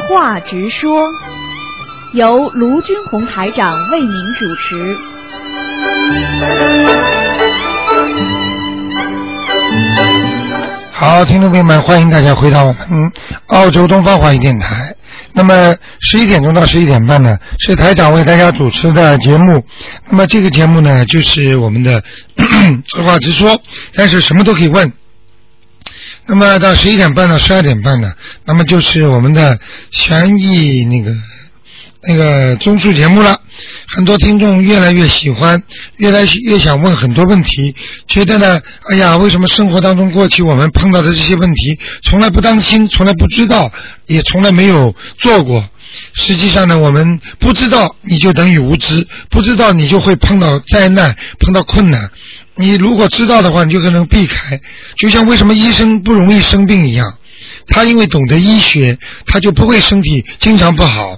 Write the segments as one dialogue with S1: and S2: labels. S1: 话直说，由卢军红台长为您主持。
S2: 好，听众朋友们，欢迎大家回到我们澳洲东方华语电台。那么十一点钟到十一点半呢，是台长为大家主持的节目。那么这个节目呢，就是我们的 实话直说，但是什么都可以问。那么到十一点半到十二点半呢，那么就是我们的悬疑那个那个综述节目了。很多听众越来越喜欢，越来越想问很多问题，觉得呢，哎呀，为什么生活当中过去我们碰到的这些问题，从来不当心，从来不知道，也从来没有做过。实际上呢，我们不知道你就等于无知，不知道你就会碰到灾难，碰到困难。你如果知道的话，你就可能避开。就像为什么医生不容易生病一样，他因为懂得医学，他就不会身体经常不好；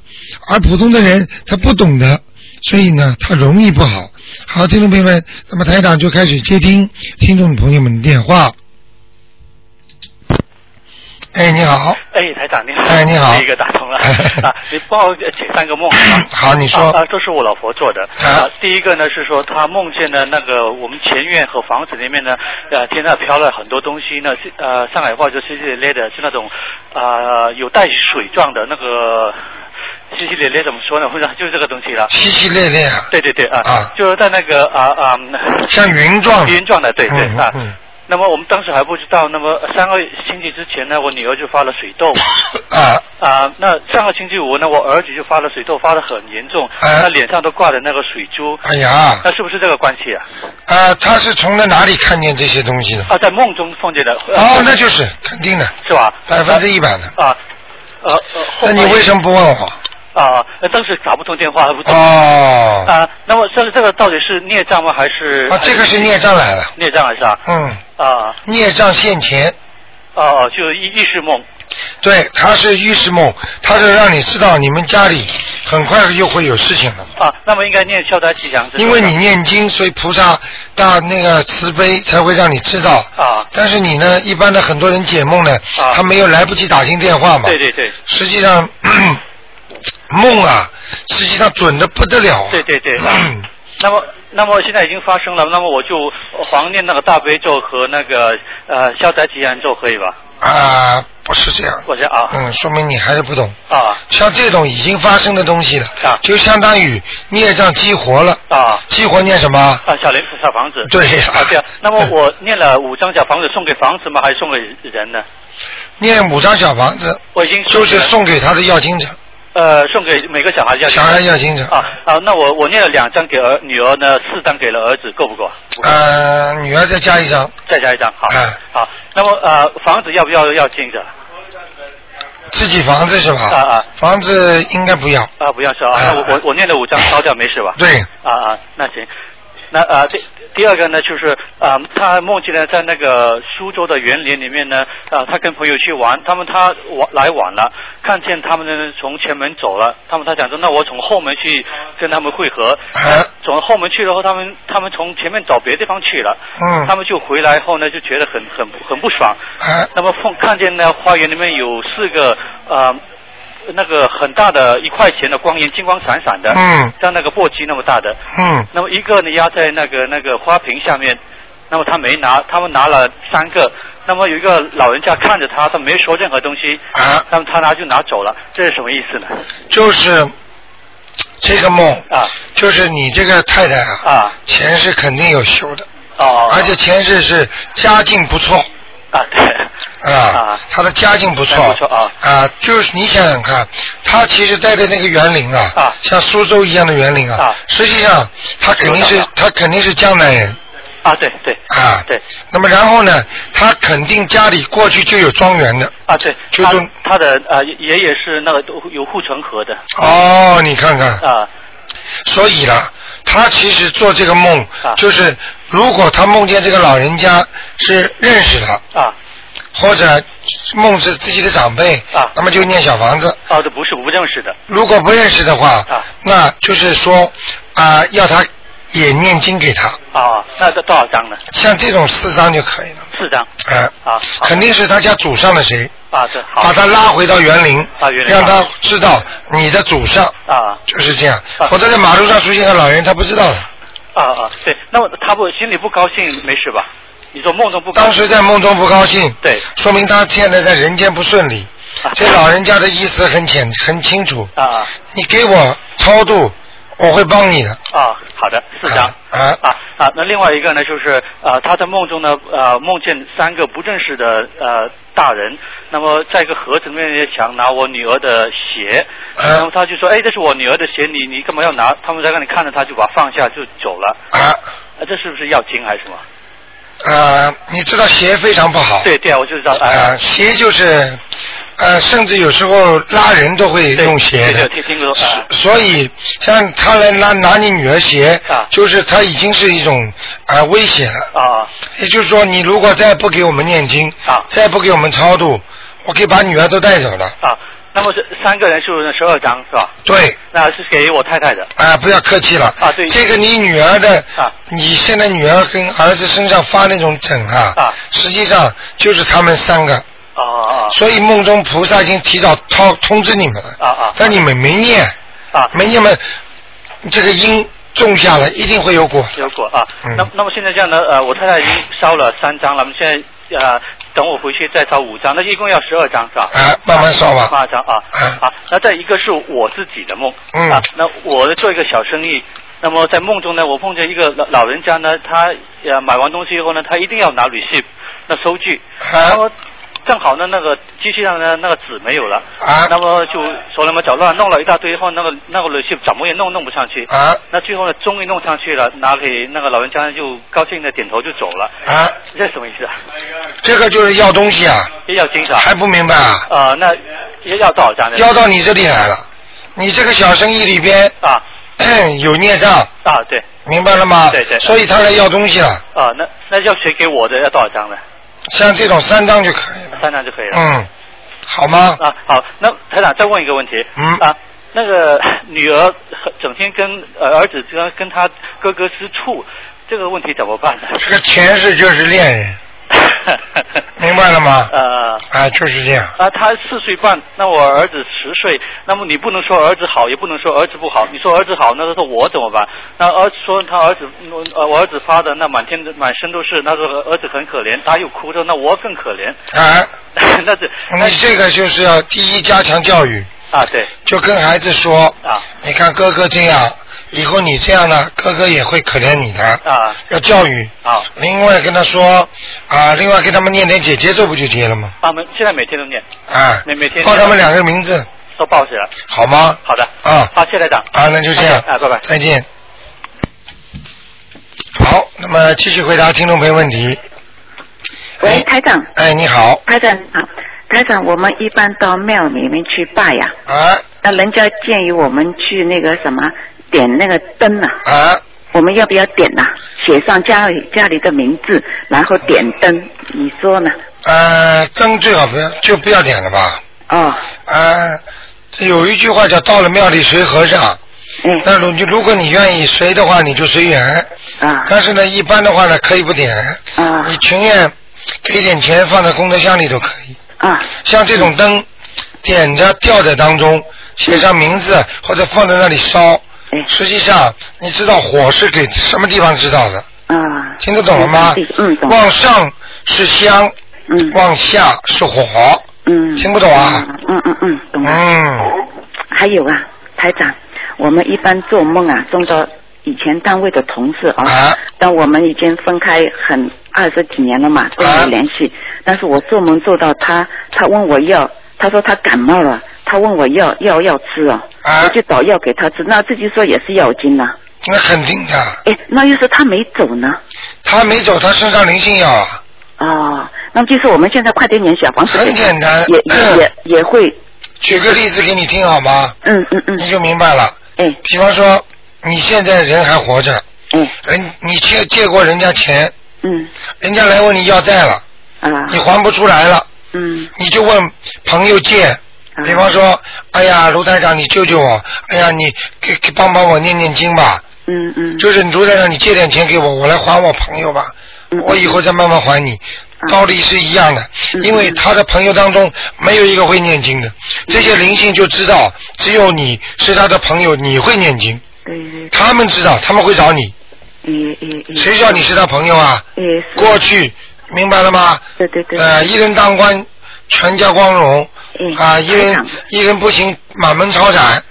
S2: 而普通的人他不懂得，所以呢，他容易不好。好，听众朋友们，那么台长就开始接听听众朋友们的电话。哎，你好。
S3: 哎，台长你好。
S2: 哎你好？
S3: 第一个打通了啊！你帮我解三个梦好吗
S2: 好你说
S3: 啊，啊都是我老婆做的。
S2: 啊
S3: 啊，第一个呢是说她梦见了那个我们前院和房子里面呢，呃，天上飘了很多东西呢，是呃，上海话就稀稀咧咧的，是那种啊、呃有带水状的那个稀稀咧咧怎么说呢？ 或者就是这个东西了。
S2: 淅淅沥沥啊，
S3: 对对对啊，
S2: 啊
S3: 就是在那个啊啊。嗯
S2: 像云状。
S3: 晕状的，对对
S2: 嗯
S3: 啊
S2: 嗯嗯。
S3: 那么我们当时还不知道，那么呃三个星期之前呢，我女儿就发了水痘
S2: 啊，
S3: 啊。那上个星期五呢，我儿子就发了水痘，发的很严重，
S2: 哎
S3: 他脸上都挂着那个水珠。
S2: 哎呀，
S3: 那是不是这个关系啊？
S2: 啊，他是从那哪里看见这些东西的？
S3: 啊，在梦中梦见的。呃
S2: 哦，那就是肯定的，
S3: 是吧？
S2: 百分之一百的。
S3: 啊，呃呃。后
S2: 那你
S3: 半夜
S2: 为什么不问我？
S3: 啊？呃当时打不通电话，还不懂
S2: 哦，
S3: 啊。那么这个这个到底是孽障吗？还是？
S2: 啊，这个是孽障来了，
S3: 孽障还是啊？
S2: 嗯，
S3: 啊
S2: 孽障现前，
S3: 哦，就是意意识梦。
S2: 对，它是预示梦，它是让你知道你们家里很快就会有事情了。
S3: 啊，那么应该念消灾吉祥之咒吧。
S2: 因为你念经，所以菩萨大那个慈悲才会让你知道。
S3: 啊
S2: 但是你呢，一般的很多人解梦呢，
S3: 啊
S2: 他没有来不及打进电话嘛。
S3: 对对对
S2: 实际上， 梦啊，实际上准的不得了、啊。
S3: 对对对。啊那么，那么现在已经发生了，那么我就黄念那个大悲咒和那个呃消灾吉祥咒可以吧？
S2: 啊，不是这样。
S3: 我想啊
S2: 嗯，说明你还是不懂。
S3: 啊
S2: 像这种已经发生的东西了，
S3: 啊
S2: 就相当于孽障激活了。
S3: 啊
S2: 激活念什么？
S3: 啊！小林小房 子。
S2: 对呀
S3: 啊对啊。那么我念了五张小房子送给房子吗？还是送给人呢？
S2: 念五张小房子，
S3: 我已经
S2: 就是
S3: 了
S2: 送给他的要经者，
S3: 呃送给每个小孩要
S2: 小孩要经者。
S3: 啊啊！那我我念了两张给儿女儿呢，四张给了儿子，够不够？
S2: 呃，女儿再加一张，
S3: 再加一张，好
S2: 哎，
S3: 好。那么呃房子要不要要进的？
S2: 自己房子是吧？
S3: 啊啊
S2: 房子应该不要。
S3: 啊，不要烧啊！那我我我念了五张烧掉没事吧？
S2: 对，
S3: 啊啊，那行。那啊，第第二个呢，就是啊、他梦见了在那个苏州的园林里面呢，啊、他跟朋友去玩，他们他晚来晚了，看见他们呢从前门走了，他们他想说，那我从后门去跟他们会合，
S2: 啊，
S3: 从后门去了后，他们他们从前面找别地方去了，
S2: 嗯，
S3: 他们就回来后呢，就觉得很很很不爽，
S2: 啊，
S3: 那么碰看见呢，花园里面有四个呃，那个很大的一块钱的光源，金光闪闪的，
S2: 嗯
S3: 像那个簸箕那么大的。
S2: 嗯，
S3: 那么一个呢压在那个那个花瓶下面，那么他没拿，他们拿了三个。那么有一个老人家看着他，他没说任何东西，
S2: 啊，
S3: 那么他拿就拿走了，这是什么意思呢？
S2: 就是这个梦，
S3: 啊
S2: 就是你这个太太啊，
S3: 啊
S2: 前世肯定有修的，
S3: 哦，
S2: 而且前世是家境不错
S3: 啊对
S2: 啊
S3: 啊，
S2: 她的家境不
S3: 还
S2: 错
S3: 不错啊
S2: 啊，就是你想想看，她其实待的那个园林啊
S3: 啊，
S2: 像苏州一样的园林啊
S3: 啊，
S2: 实际上她肯定
S3: 我
S2: 是
S3: 懂了
S2: 她肯定是江南人
S3: 啊对对
S2: 啊，
S3: 啊对
S2: 那么然后呢，她肯定家里过去就有庄园的。
S3: 啊对，
S2: 就
S3: 他
S2: 是
S3: 他的呃爷爷是那个有护城河的
S2: 哦，你看看，
S3: 啊
S2: 所以啦，他其实做这个梦，
S3: 啊
S2: 就是如果他梦见这个老人家是认识的，
S3: 啊
S2: 或者梦是自己的长辈，
S3: 啊
S2: 那么就念小房子；
S3: 啊这不是我不认识的
S2: 如果不认识的话，
S3: 啊
S2: 那就是说啊、要他也念经给他，
S3: 啊，那这多少张呢？
S2: 像这种四张就可以了，
S3: 四张
S2: 啊、
S3: 啊，好
S2: 肯定是他家祖上的谁，
S3: 啊，对，好
S2: 把他拉回到园林，
S3: 啊园林
S2: 让他知道你的祖上
S3: 啊
S2: 就是这样
S3: 啊。
S2: 否则在马路上出现个老人，他不知道的。
S3: 啊啊，对，那么他不心里不高兴没事吧？你说梦中不高兴
S2: 当时在梦中不高兴，
S3: 对
S2: 说明他现在在人间不顺利
S3: 啊。
S2: 这老人家的意思很浅很清楚，
S3: 啊啊
S2: 你给我超度，我会帮你的。
S3: 啊，好的，四张。
S2: 啊
S3: 啊啊，那另外一个呢，就是呃，他在梦中呢，呃，梦见三个不认识的呃大人，那么在一个盒子里面想拿我女儿的鞋，
S2: 嗯
S3: 然后他就说，哎，这是我女儿的鞋，你你干嘛要拿？他们在那里看着他，就把它放下就走了，
S2: 啊
S3: 啊、这是不是要经还是什么？
S2: 啊！你知道鞋非常不好，
S3: 对对啊，我就知道，哎、
S2: 啊，鞋就是，呃，甚至有时候拉人都会
S3: 对
S2: 用鞋
S3: 对
S2: 的
S3: 对，听听过，啊、
S2: 所所以像他来拿拿你女儿鞋
S3: 啊，
S2: 就是他已经是一种啊危险了。
S3: 啊
S2: 也就是说，你如果再不给我们念经
S3: 啊，
S2: 再不给我们超度，我可以把女儿都带走了。
S3: 啊，那么这三个人是不是十二张是吧？
S2: 对，
S3: 那是给我太太的，
S2: 啊，不要客气了。
S3: 啊对
S2: 这个你女儿的
S3: 啊，
S2: 你现在女儿跟儿子身上发那种疹
S3: 啊
S2: 啊，实际上就是他们三个。
S3: 啊啊
S2: 所以梦中菩萨已经提早通通知你们了。
S3: 啊啊
S2: 但你们没念，
S3: 啊啊，
S2: 没念嘛，这个因种下了，一定会有果。
S3: 有果啊。
S2: 嗯
S3: 那那么现在这样呢？呃，我太太已经烧了三张了，我们现在呃，等我回去再烧五张，那一共要十二张是吧？
S2: 啊，慢慢烧吧。
S3: 八张啊
S2: 啊
S3: 啊！那再一个是我自己的梦
S2: 嗯
S3: 啊，那我做一个小生意。那么在梦中呢，我碰见一个老老人家呢，他呃买完东西以后呢，他一定要拿 receipt 那收据，那
S2: 啊
S3: 么正好呢，那个机器上呢那个纸没有了，
S2: 啊
S3: 那么就手那么脚乱弄了一大堆以后，那个那个 receipt 怎么也弄弄不上去，
S2: 啊
S3: 那最后呢，终于弄上去了，拿给那个老人家就高兴的点头就走了，
S2: 啊！
S3: 这什么意思啊？
S2: 这个就是要东西啊，
S3: 也要经常
S2: 还不明白啊？
S3: 啊，那要要多少张呢？
S2: 要到你这里来了，你这个小生意里边
S3: 啊
S2: 有孽障，
S3: 啊对
S2: 明白了吗？
S3: 对对
S2: 所以他来要东西了，
S3: 啊，那那要谁给我的要多少张呢？
S2: 像这种三张就可以了。
S3: 三张就可以了。
S2: 嗯，好吗？
S3: 啊，好，那台长再问一个问题。
S2: 哦嗯
S3: 啊，那个女儿和整天跟呃儿子跟跟他哥哥吃醋，这个问题怎么办呢？
S2: 这个前世就是恋人，明白了吗？
S3: 呃。
S2: 啊，就是这样。
S3: 啊，他四岁半，那我儿子十岁，那么你不能说儿子好，也不能说儿子不好，你说儿子好，那他说我怎么办？那儿子说他儿子，呃，我儿子发的那满天的满身都是，他说儿子很可怜，他又哭着，那我更可怜，
S2: 啊，
S3: 那是那
S2: 你这个就是要第一加强教育，
S3: 啊对
S2: 就跟孩子说，
S3: 啊
S2: 你看哥哥这样，以后你这样呢，哥哥也会可怜你的。
S3: 啊
S2: 要教育，
S3: 好，
S2: 另外跟他说啊，另外给他们念点姐姐咒不就结了吗？
S3: 他们现在每天都念，
S2: 啊
S3: 每每天，
S2: 报他们两个名字
S3: 都报起来，
S2: 好吗？
S3: 好的，
S2: 啊
S3: 好，谢谢台长，
S2: 啊，那就这样，
S3: 啊，拜拜。
S2: 再见。好，那么继续回答听众朋友问题。
S4: 喂，
S2: 哎
S4: 台长，
S2: 哎，你好
S4: 台长好，台长，我们一般到庙里面去拜呀、
S2: 啊
S4: 那人家建议我们去那个什么点那个灯呐、
S2: 啊，
S4: 我们要不要点呐、啊写上家里家里的名字，然后点灯，你说呢？
S2: 呃，灯最好不要就不要点了吧。
S4: 哦，
S2: 啊，有一句话叫到了庙里随和尚。
S4: 哎，
S2: 那如你如果你愿意随的话，你就随缘。
S4: 啊
S2: 但是呢，一般的话呢，可以不点。
S4: 啊
S2: 你情愿给点钱放在功德箱里都可以。
S4: 啊
S2: 像这种灯，点着吊在当中，写上名字或者放在那里烧。
S4: 哎
S2: 实际上，你知道火是给什么地方知道的？
S4: 啊，
S2: 听得懂了吗
S4: 对？嗯，懂。
S2: 往上是香，
S4: 嗯
S2: 往下是火。
S4: 嗯，
S2: 听不懂啊？
S4: 嗯嗯嗯，懂了。
S2: 嗯，
S4: 还有啊，台长，我们一般做梦啊，做到以前单位的同事啊，
S2: 啊
S4: 但我们已经分开很二十几年了
S2: 啊
S4: 嘛，都没有联系。但是我做梦做到他，他问我要，他说他感冒了，他问我要药要吃哦，
S2: 啊
S4: 我就找药给他吃，那自己说也是药精呐、
S2: 那肯定的。
S4: 哎，那又是他没走呢。
S2: 他没走，他身上灵性要啊。
S4: 哦，那就是我们现在快点点小房子给
S2: 很
S4: 他，
S2: 简单嗯
S4: 也也也也会，
S2: 举个例子给你听好吗？
S4: 嗯嗯嗯，
S2: 你就明白了。
S4: 哎
S2: 比方说，你现在人还活着，
S4: 哎，
S2: 人你借借过人家钱，
S4: 嗯
S2: 人家来问你要债了，
S4: 啊，
S2: 你还不出来了，
S4: 嗯，
S2: 你就问朋友借。
S4: 啊
S2: 比方说，哎呀，卢台长，你救救我！哎呀，你给给帮帮我念念经吧。
S4: 嗯嗯，
S2: 就是卢台长，你借点钱给我，我来还我朋友吧
S4: 嗯。啊
S2: 我以后再慢慢还你。道理是一样的，因为他的朋友当中没有一个会念经
S4: 嗯
S2: 的，这些灵性就知道，只有你是他的朋友，你会念经，
S4: 对，
S2: 他们知道，他们会找你，
S4: 也也也，
S2: 谁叫你是他朋友啊？
S4: 也是，
S2: 过去明白了吗？
S4: 对嗯对对，
S2: 呃，一人当官，全家光荣
S4: 嗯
S2: 啊、一
S4: 台
S2: 人
S4: 长
S2: 一人不行，满门抄斩，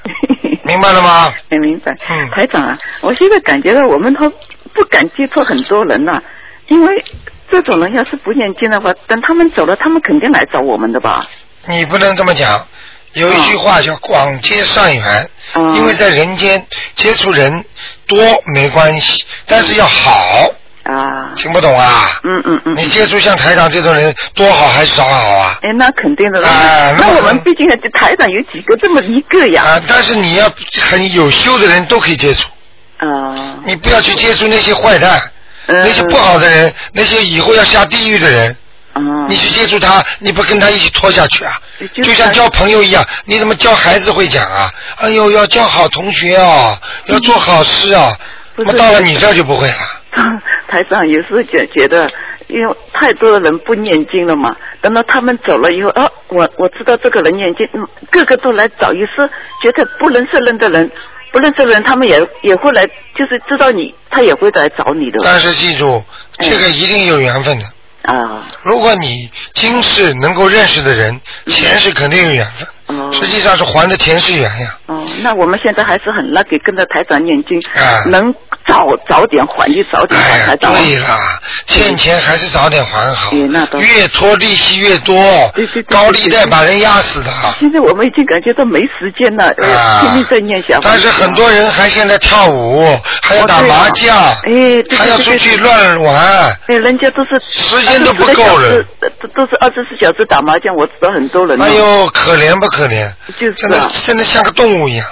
S2: 明白了吗？
S4: 很哎明白。
S2: 嗯
S4: 台长啊，我现在感觉到我们都不敢接触很多人了、因为这种人要是不念经的话，等他们走了，他们肯定来找我们的吧？
S2: 你不能这么讲，有一句话叫广结善缘，
S4: 嗯
S2: 因为在人间接触人多没关系，但是要好，
S4: 啊，
S2: 听不懂啊？
S4: 嗯嗯嗯。
S2: 你接触像台长这种人多好还是少好啊？
S4: 哎，那肯定的啦。
S2: 哎那
S4: 那
S2: 么
S4: 我们毕竟台长有几个这么一个呀？
S2: 啊，但是你要很有修的人都可以接触，
S4: 啊，
S2: 你不要去接触那些坏蛋，
S4: 嗯
S2: 那些不好的人，那些以后要下地狱的人，
S4: 啊，
S2: 你去接触他，你不跟他一起拖下去啊？
S4: 就
S2: 就像交朋友一样，你怎么教孩子会讲啊？哎呦，要交好同学哦，要做好事哦。
S4: 不
S2: 那么
S4: 是
S2: 到了你这儿就不会了，
S4: 台长也是觉觉得，因为太多的人不念经了嘛，等到他们走了以后，啊，我我知道这个人念经，嗯，个个都来找，也是觉得不认识人的人，不认识的人他们也也会来，就是知道你，他也会来找你的
S2: 但是记住，
S4: 嗯
S2: 这个一定有缘分的。
S4: 啊。
S2: 如果你今世能够认识的人，
S4: 嗯
S2: 前世肯定有缘分，
S4: 哦
S2: 实际上是还的前世缘呀。
S4: 哦，那我们现在还是很 lucky，跟着台长念经，
S2: 啊
S4: 能早早点还就早点
S2: 哎
S4: 还
S2: 呀
S4: 台，长。
S2: 对啦，欠钱还是早点还好
S4: 嗯那，倒是
S2: 越拖利息越多
S4: 对对对，嗯
S2: 高利贷把人压死的。
S4: 现在我们已经感觉到没时间了，
S2: 啊
S4: 呃，天天在念小房
S2: 但
S4: 子
S2: 是很多人还现在跳舞，还要打麻将，
S4: 哦对啊哎对对
S2: 还要出去乱玩。
S4: 哎，人家都是
S2: 时间都不够了
S4: 了，都都是二十四小时打麻将，我知道很多人哦。
S2: 哎呦，可怜不可怜？
S4: 就是
S2: 真的
S4: 啊，
S2: 真的像个动物一 样，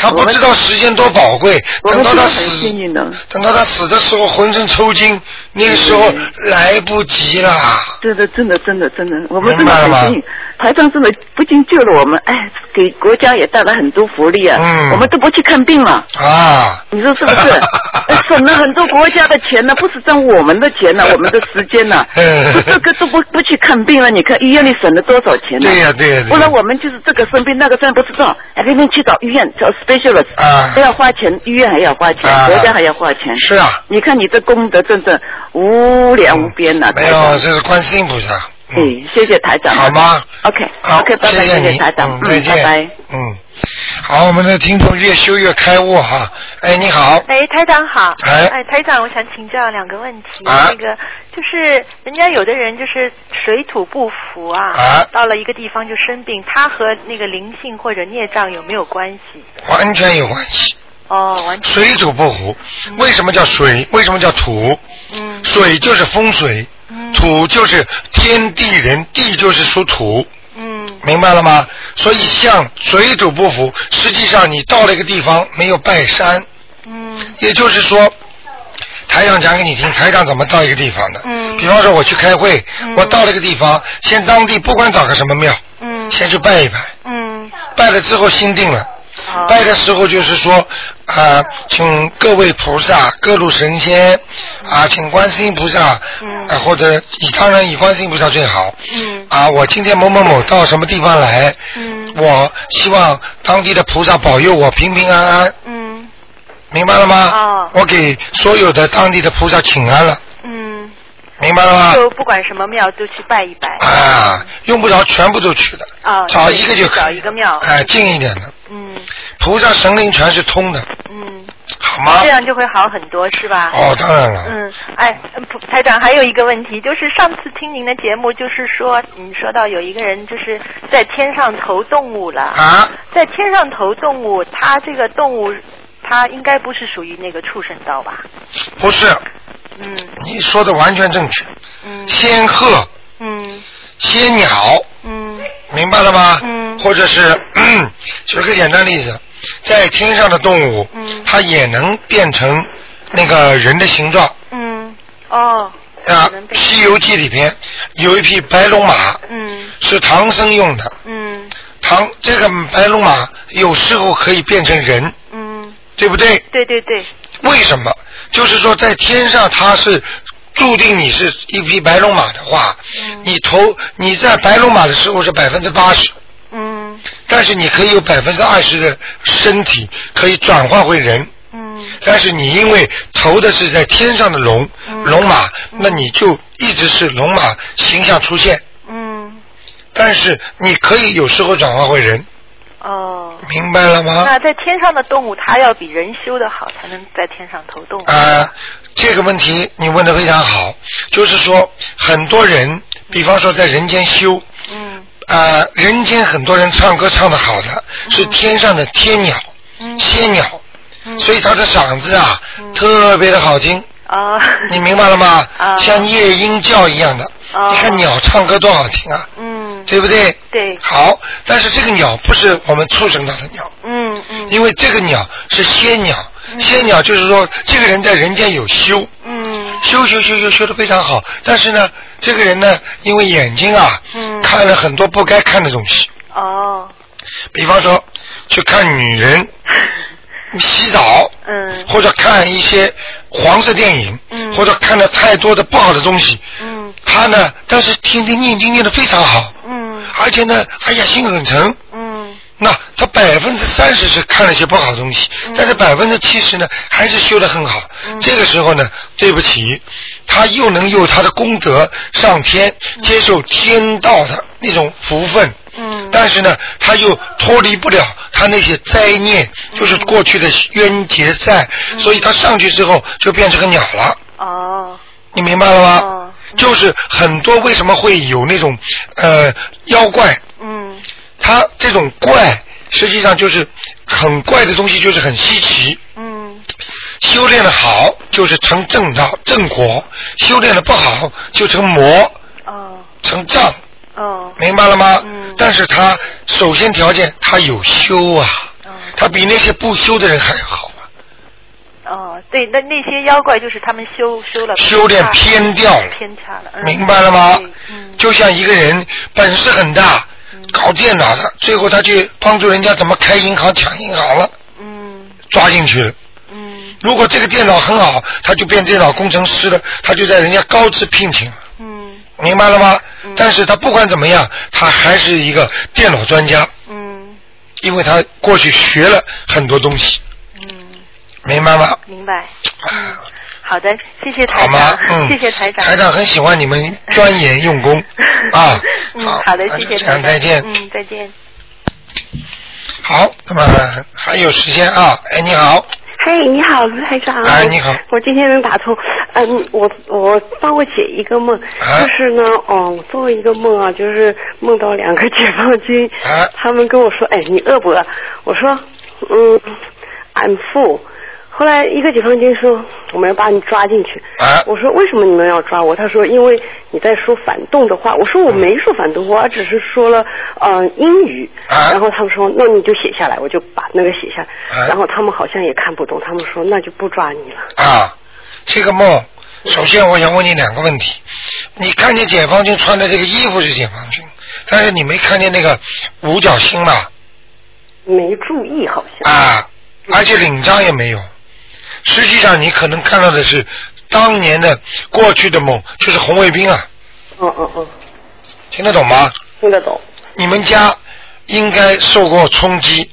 S2: 他不知道时间多宝贵。
S4: 我
S2: 等
S4: 们
S2: 到
S4: 真的
S2: 他
S4: 很幸
S2: 死，
S4: 运的，
S2: 等到他死的时候浑身抽筋，那个时候来不及了。
S4: 真的真的真的真的，我们真
S2: 明
S4: 的
S2: 白了
S4: 很
S2: 吗
S4: 幸运。台长真的不仅救了我们，哎，给国家也带来很多福利啊，
S2: 嗯
S4: 我们都不去看病了。
S2: 啊，，
S4: 你说是不是？呃省了很多国家的钱呢，不是挣我们的钱呢，我们的时间呢 这个都不不去看病了。你看医院里省了多少钱呢？
S2: 对呀对呀对呀
S4: 不然我们就是这个生病那个生病不知道，还天天去找医院找 specialist，
S2: 啊
S4: 都要花钱，医院还要花钱，
S2: 啊
S4: 国家还要花钱。
S2: 是啊，
S4: 你看你这功德真的无量无边呐、
S2: 嗯没
S4: 台长
S2: 有，这是观世音菩萨。
S4: 哎
S2: 嗯，，
S4: 谢谢台长。
S2: 好吗
S4: ？OK，OK，、
S2: 好
S4: OK，拜拜，
S2: 谢
S4: 谢
S2: 你，
S4: 台长，
S2: 嗯，再见，
S4: 拜拜。
S2: 嗯，好，我们的听众越修越开悟哈。哎，你好，
S5: 哎，台长好。
S2: 哎
S5: 台长，我想请教两个问题。
S2: 啊
S5: 那个就是，人家有的人就是水土不服啊，
S2: 啊
S5: 到了一个地方就生病，他和那个灵性或者孽障有没有关系？
S2: 完全有关系。
S5: 哦，完全，
S2: 水土不服，为什么叫水？为什么叫土？
S5: 嗯
S2: 水就是风水，
S5: 嗯
S2: 土就是天地人，地就是属土，
S5: 嗯
S2: 明白了吗？所以像水土不服，实际上你到了一个地方没有拜山，
S5: 嗯
S2: 也就是说，台长讲给你听，台长怎么到一个地方的。
S5: 嗯
S2: 比方说我去开会，
S5: 嗯
S2: 我到了一个地方，先当地不管找个什么庙，
S5: 嗯
S2: 先去拜一拜，
S5: 嗯，
S2: 拜了之后心定了。
S5: 哦
S2: 拜的时候就是说，啊、请各位菩萨、各路神仙，啊、请观世音菩萨，啊、
S5: 嗯
S2: 或者以当然以观世音菩萨最好。
S5: 嗯
S2: 啊，我今天某某某到什么地方来，
S5: 嗯
S2: 我希望当地的菩萨保佑我平平安安，
S5: 嗯
S2: 明白了吗？
S5: 哦
S2: 我给所有的当地的菩萨请安了，
S5: 嗯，
S2: 明白了吗？
S5: 就不管什么庙都去拜一拜。
S2: 啊，用不着全部都去的，
S5: 啊
S2: 找一个就可以，
S5: 找一个庙
S2: 哎、近一点的，
S5: 嗯
S2: 菩萨神灵全是通的，
S5: 嗯，
S2: 好吗
S5: 这？样就会好啊很多，是吧？
S2: 哦，当然了，
S5: 嗯，哎，普台长，还有一个问题，就是上次听您的节目，就是说你说到有一个人就是在天上投动物了，
S2: 啊，
S5: 在天上投动物，他这个动物，他应该不是属于那个畜生道吧？
S2: 不是，
S5: 嗯
S2: 你说的完全正确。
S5: 嗯
S2: 仙鹤、
S5: 嗯
S2: 仙鸟，
S5: 嗯
S2: 明白了吗？
S5: 嗯
S2: 或者是， 嗯举个简单例子，在天上的动物，
S5: 嗯
S2: 它也能变成那个人的形状。
S5: 嗯，哦，
S2: 啊
S5: 可能，
S2: 《
S5: 被
S2: 西游记》里边有一匹白龙马，
S5: 嗯
S2: 是唐僧用的。
S5: 嗯
S2: 唐这个白龙马有时候可以变成人，
S5: 嗯，
S2: 对不对？
S5: 对对对，
S2: 为什么？就是说在天上它是注定你是一匹白龙马的话，你投你在白龙马的时候是百分之八十，
S5: 嗯
S2: 但是你可以有百分之二十的身体可以转换回人。
S5: 嗯
S2: 但是你因为投的是在天上的龙龙马，那你就一直是龙马形象出现。
S5: 嗯，
S2: 但是你可以有时候转化为人，
S5: 哦。
S2: 明白了吗？
S5: 那在天上的动物，它要比人修的好，才能在天上投动物。
S2: 啊、这个问题你问的非常好，就是说很多人，比方说在人间修，
S5: 嗯
S2: 啊、人间很多人唱歌唱的好的是天上的天鸟、
S5: 嗯
S2: 仙鸟，
S5: 嗯。
S2: 所以他的嗓子啊
S5: 嗯
S2: 特别的好听，
S5: 啊，
S2: 你明白了吗？
S5: 啊
S2: 像夜莺叫一样的，
S5: 啊
S2: 你看鸟唱歌多好听啊，
S5: 嗯，
S2: 对不对？
S5: 对，
S2: 好，但是这个鸟不是我们畜生到的鸟，
S5: 嗯嗯
S2: 因为这个鸟是仙鸟，仙鸟就是说这个人在人间有修，
S5: 嗯
S2: 修修修修修的非常好，但是呢，这个人呢，因为眼睛啊，
S5: 嗯
S2: 看了很多不该看的东西，
S5: 哦，
S2: 比方说去看女人洗澡，
S5: 嗯
S2: 或者看一些黄色电影，
S5: 嗯
S2: 或者看了太多的不好的东西，
S5: 嗯
S2: 他呢，但是天天念经念的非常好，
S5: 嗯
S2: 而且呢，哎呀，心很诚。
S5: 嗯
S2: 那他百分之三十是看了些不好的东西，
S5: 嗯
S2: 但是百分之七十呢还是修得很好。这个时候呢，对不起，他又能用他的功德上天，接受天道的那种福分。
S5: 嗯
S2: 但是呢，他又脱离不了他那些灾孽，
S5: 嗯
S2: 就是过去的冤结债，所以他上去之后就变成个鸟了。
S5: 哦，
S2: 你明白了吗
S5: 哦？
S2: 就是很多为什么会有那种呃妖怪，
S5: 嗯
S2: 它这种怪实际上就是很怪的东西，就是很稀奇。
S5: 嗯
S2: 修炼的好就是成正道正果，修炼的不好就成魔
S5: 哦
S2: 成障，
S5: 哦
S2: 明白了吗？
S5: 嗯
S2: 但是他首先条件他有修啊，
S5: 哦
S2: 他比那些不修的人还好啊，
S5: 哦，对，那那些妖怪就是他们修修了
S2: 修炼偏掉了。
S5: 偏差了，嗯
S2: 明白了吗
S5: 对？嗯
S2: 就像一个人本事很大，搞电脑的，最后他去帮助人家怎么开银行、抢银行了，
S5: 嗯
S2: 抓进去了。
S5: 嗯
S2: 如果这个电脑很好，他就变电脑工程师了，他就在人家高职聘请了，
S5: 嗯
S2: 明白了吗
S5: 嗯？
S2: 但是他不管怎么样，他还是一个电脑专家，
S5: 嗯
S2: 因为他过去学了很多东西，
S5: 嗯，
S2: 明白吗？
S5: 明白。嗯，好的，谢谢台
S2: 好吗嗯，
S5: 长？，谢谢台长，
S2: 台长很喜欢你们钻研用功啊。
S5: 嗯，好的，
S2: 那
S5: 谢
S2: 就
S5: 谢
S2: 这
S5: 台
S2: 样
S5: 长，
S2: 再见。
S5: 嗯，再见。
S2: 好，那么还有时间啊。哎，你好，
S6: 嘿，你好，卢台长。
S2: 哎你好
S6: 我今天能打通，嗯，我我帮我解一个梦，
S2: 啊
S6: 就是呢，哦，我做一个梦啊，就是梦到两个解放军，
S2: 啊
S6: 他们跟我说，哎，你饿不饿？我说，嗯，I'm full。后来一个解放军说，我们要把你抓进去。
S2: 啊
S6: 我说为什么你们要抓我？他说因为你在说反动的话。我说我没说反动话，我只是说了呃英语。
S2: 啊
S6: 然后他们说那你就写下来，我就把那个写下来。
S2: 啊
S6: 然后他们好像也看不懂，他们说那就不抓你了。
S2: 啊，这个梦，首先我想问你两个问题。你看见解放军穿的这个衣服是解放军，但是你没看见那个五角星嘛？
S6: 没注意好像。
S2: 啊，而且领章也没有。实际上你可能看到的是当年的过去的梦，就是红卫兵啊，
S6: 嗯嗯嗯，
S2: 听得懂吗？
S6: 听得懂，
S2: 你们家应该受过冲击，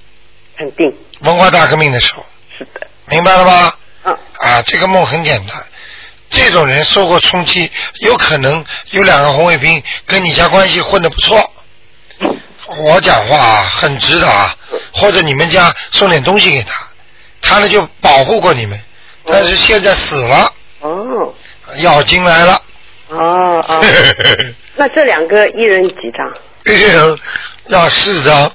S6: 肯定
S2: 文化大革命的时候，
S6: 是的。
S2: 明白了吗？
S6: 嗯
S2: 啊，这个梦很简单。这种人受过冲击，有可能有两个红卫兵跟你家关系混得不错。
S6: 嗯
S2: 我讲话啊，很直的啊，或者你们家送点东西给他，他呢就保护过你们。
S6: 嗯
S2: 但是现在死了，
S6: 哦
S2: 要金来了，
S6: 哦哦， 那这两个一人几张？
S2: 要四 张。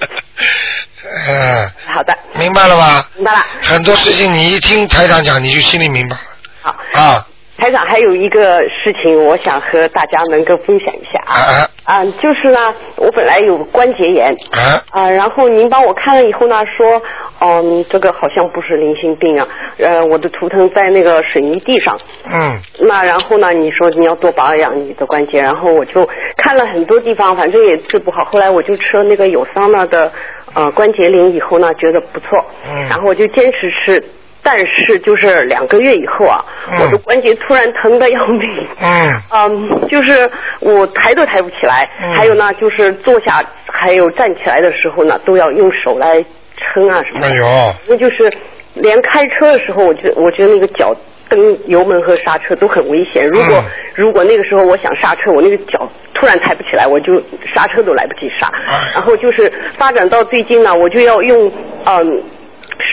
S2: 嗯，
S6: 好的，
S2: 明白了吧？
S6: 明白了。
S2: 很多事情你一听台长讲，你就心里明白了
S6: 好，
S2: 啊。
S6: 台长还有一个事情，我想和大家能够分享一下啊。
S2: 啊
S6: 啊，就是呢，我本来有关节炎，
S2: 啊
S6: 啊，然后您帮我看了以后呢，说，嗯，这个好像不是零星病啊，呃，我的图腾在那个水泥地上，
S2: 嗯
S6: 那然后呢，你说你要多保养你的关节，然后我就看了很多地方，反正也治不好，后来我就吃了那个有桑那的呃关节灵以后呢，觉得不错，
S2: 嗯
S6: 然后我就坚持吃。但是就是两个月以后啊，
S2: 嗯
S6: 我的关节突然疼的要命。
S2: 嗯
S6: 嗯，就是我抬都抬不起来，
S2: 嗯
S6: 还有呢，就是坐下还有站起来的时候呢，都要用手来撑啊什么的。
S2: 哎呦，
S6: 我就是连开车的时候，我觉我觉得那个脚蹬油门和刹车都很危险。如果、
S2: 嗯
S6: 如果那个时候我想刹车，我那个脚突然抬不起来，我就刹车都来不及刹。
S2: 哎
S6: 然后就是发展到最近呢，我就要用嗯。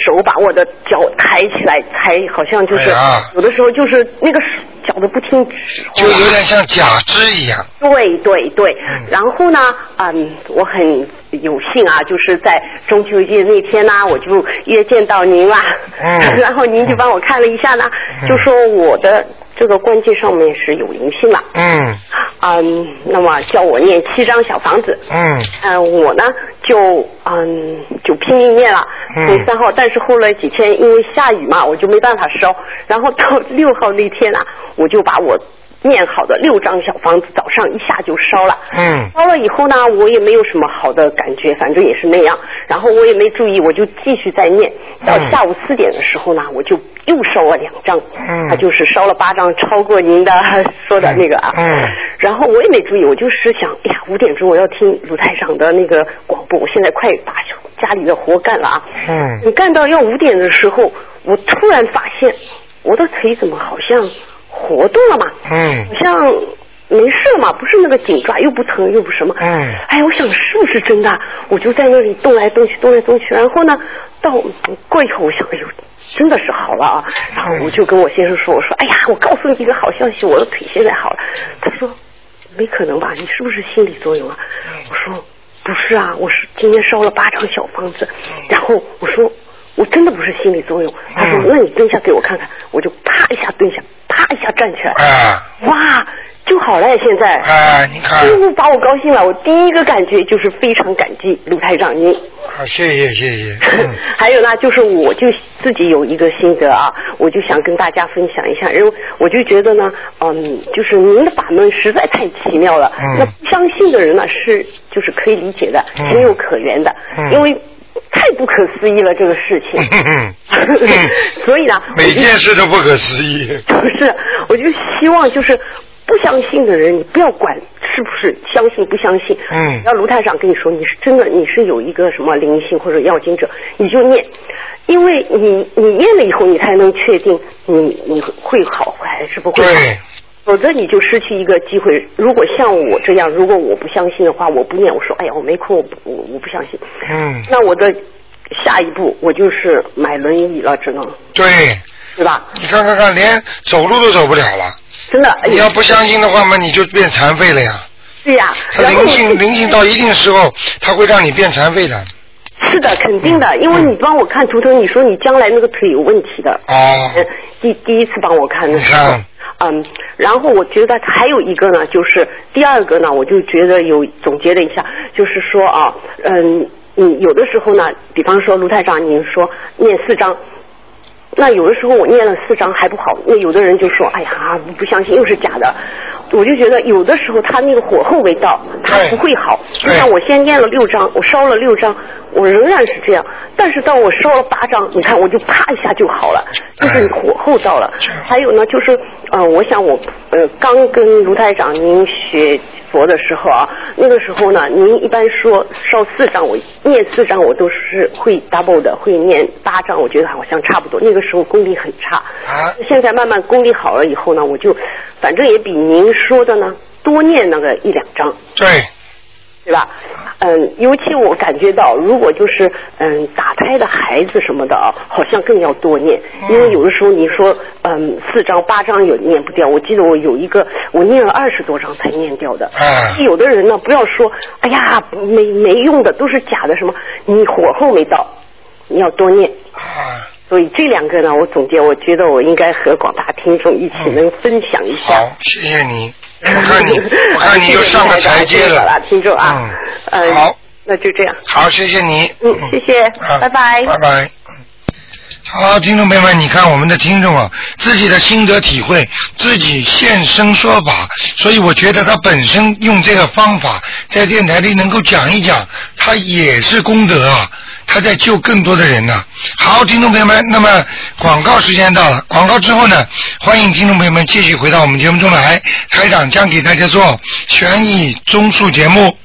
S6: 手把我的脚抬起来，抬好像就是、
S2: 哎呀
S6: 有的时候就是那个脚都不听使
S2: 就有点像假肢一样。
S6: 对对对
S2: 嗯，
S6: 然后呢，嗯，我很有幸啊，就是在中秋节那天呢、我就约见到您啦。
S2: 嗯
S6: 然后您就帮我看了一下呢，
S2: 嗯
S6: 就说我的这个关节上面是有灵性了，
S2: 嗯
S6: 嗯，那么叫我念七张小房子。
S2: 嗯
S6: 嗯，我呢就嗯就拼命念了，
S2: 嗯
S6: 从三号，但是后来几天因为下雨嘛，我就没办法烧。然后到六号那天啊，我就把我念好的六张小房子早上一下就烧了。
S2: 嗯
S6: 烧了以后呢，我也没有什么好的感觉，反正也是那样。然后我也没注意，我就继续在念。到
S2: 嗯
S6: 下午四点的时候呢，我就又烧了两张，
S2: 嗯
S6: 啊就是烧了八张，超过您的 说的那个啊。
S2: 嗯嗯
S6: 然后我也没注意，我就是想，哎呀，五点钟我要听卢台长的那个广播，我现在快把家里的活干了啊。
S2: 嗯，
S6: 你干到要五点的时候，我突然发现我的腿怎么好像活动了嘛？
S2: 嗯
S6: 好像没事嘛，不是那个紧抓，又不疼又不什么。
S2: 嗯
S6: 哎，我想是不是真的？我就在那里动来动去，动来动去，然后呢，到过一会儿，我想，哎呦。真的是好了啊！
S2: 嗯
S6: 然后我就跟我先生说：“我说，哎呀，我告诉你一个好消息，我的腿现在好了。”他说：“没可能吧？你是不是心理作用啊？”
S2: 嗯
S6: 我说：“不是啊，我是今天烧了八张小方子。”然后我说：“我真的不是心理作用。”他说
S2: 嗯：“
S6: 那你蹲下给我看看。”我就啪一下蹲下，啪一下站起来。
S2: 啊
S6: 哇，就好了呀！现在
S2: 啊，你看
S6: 几，乎把我高兴了。我第一个感觉就是非常感激卢台长您。
S2: 好，啊谢谢谢谢。嗯
S6: 还有呢，就是我就自己有一个心得啊，我就想跟大家分享一下，因为我就觉得呢，嗯，就是您的法门实在太奇妙了。
S2: 嗯
S6: 那不相信的人呢，是就是可以理解的，
S2: 嗯
S6: 情有可原的，
S2: 嗯
S6: 因为太不可思议了这个事情。
S2: 嗯
S6: 所以呢，我
S2: 每
S6: 就
S2: 件事都不可思议。
S6: 不是， 我就希望就是不相信的人，你不要管是不是相信不相信。
S2: 嗯
S6: 要卢台长跟你说，你是真的你是有一个什么灵性或者要经者，你就念，因为你你念了以后，你才能确定你你会好还是不会好。
S2: 对，
S6: 否则你就失去一个机会。如果像我这样，如果我不相信的话，我不念，我说哎呀我没空，我不我我不相信。
S2: 嗯，
S6: 那我的下一步我就是买轮椅了，只能
S2: 对，
S6: 是吧？
S2: 你看看看，连走路都走不了了。
S6: 真的，哎
S2: 你
S6: 呀
S2: 要不相信的话嘛，你就变残废了呀。
S6: 对呀、
S2: 它
S6: 啊然后
S2: 啊灵
S6: 我
S2: 性灵性到一定时候，它会让你变残废的。
S6: 是的，肯定的，因为你帮我看图腾，你说你将来那个腿有问题的。
S2: 哦，
S6: 嗯，第第一次帮我看的时
S2: 你
S6: 候
S2: 看，
S6: 嗯，然后我觉得还有一个呢，就是第二个呢，我就觉得有总结了一下，就是说啊，嗯，你有的时候呢，比方说卢太长，您说念四章。那有的时候我念了四章还不好，那有的人就说：“哎呀，不相信，又是假的。”我就觉得有的时候他那个火候未到，他
S2: 对
S6: 不会好。就
S2: 对
S6: 像我先念了六章，我烧了六章，我仍然是这样。但是到我烧了八章，你看我就啪一下就好了，就是你火候到了。还有呢，就是呃，我想我呃刚跟卢台长您学佛的时候啊，那个时候呢，您一般说烧四张，我念四张我都是会 double 的，会念八张，我觉得好像差不多。那个时候功力很差，
S2: 啊
S6: 现在慢慢功力好了以后呢，我就反正也比您说的呢多念那个一两张。
S2: 对，
S6: 对吧？嗯，尤其我感觉到，如果就是嗯打胎的孩子什么的啊，好像更要多念，
S2: 嗯
S6: 因为有的时候你说嗯四张八张有念不掉，我记得我有一个我念了二十多张才念掉的。
S2: 啊，
S6: 有的人呢，不要说哎呀没没用的，都是假的什么，你火候没到，你要多念。
S2: 啊，
S6: 所以这两个呢，我总结，我觉得我应该和广大听众一起
S2: 嗯
S6: 能分享一下。
S2: 好，谢谢你。我看你，我看你又上个台 阶了。
S6: 听众啊，
S2: 嗯，
S6: 呃
S2: 好，
S6: 那就这样，
S2: 好，谢谢你。嗯
S6: 嗯，谢谢，
S2: 啊
S6: 拜拜。
S2: 拜拜。好，听众朋友们，你看我们的听众啊，自己的心得体会，自己现身说法，所以我觉得他本身用这个方法在电台里能够讲一讲，他也是功德啊，他在救更多的人呐、啊好，听众朋友们，那么广告时间到了，广告之后呢，欢迎听众朋友们继续回到我们节目中来，台长将给大家做悬疑综述节目。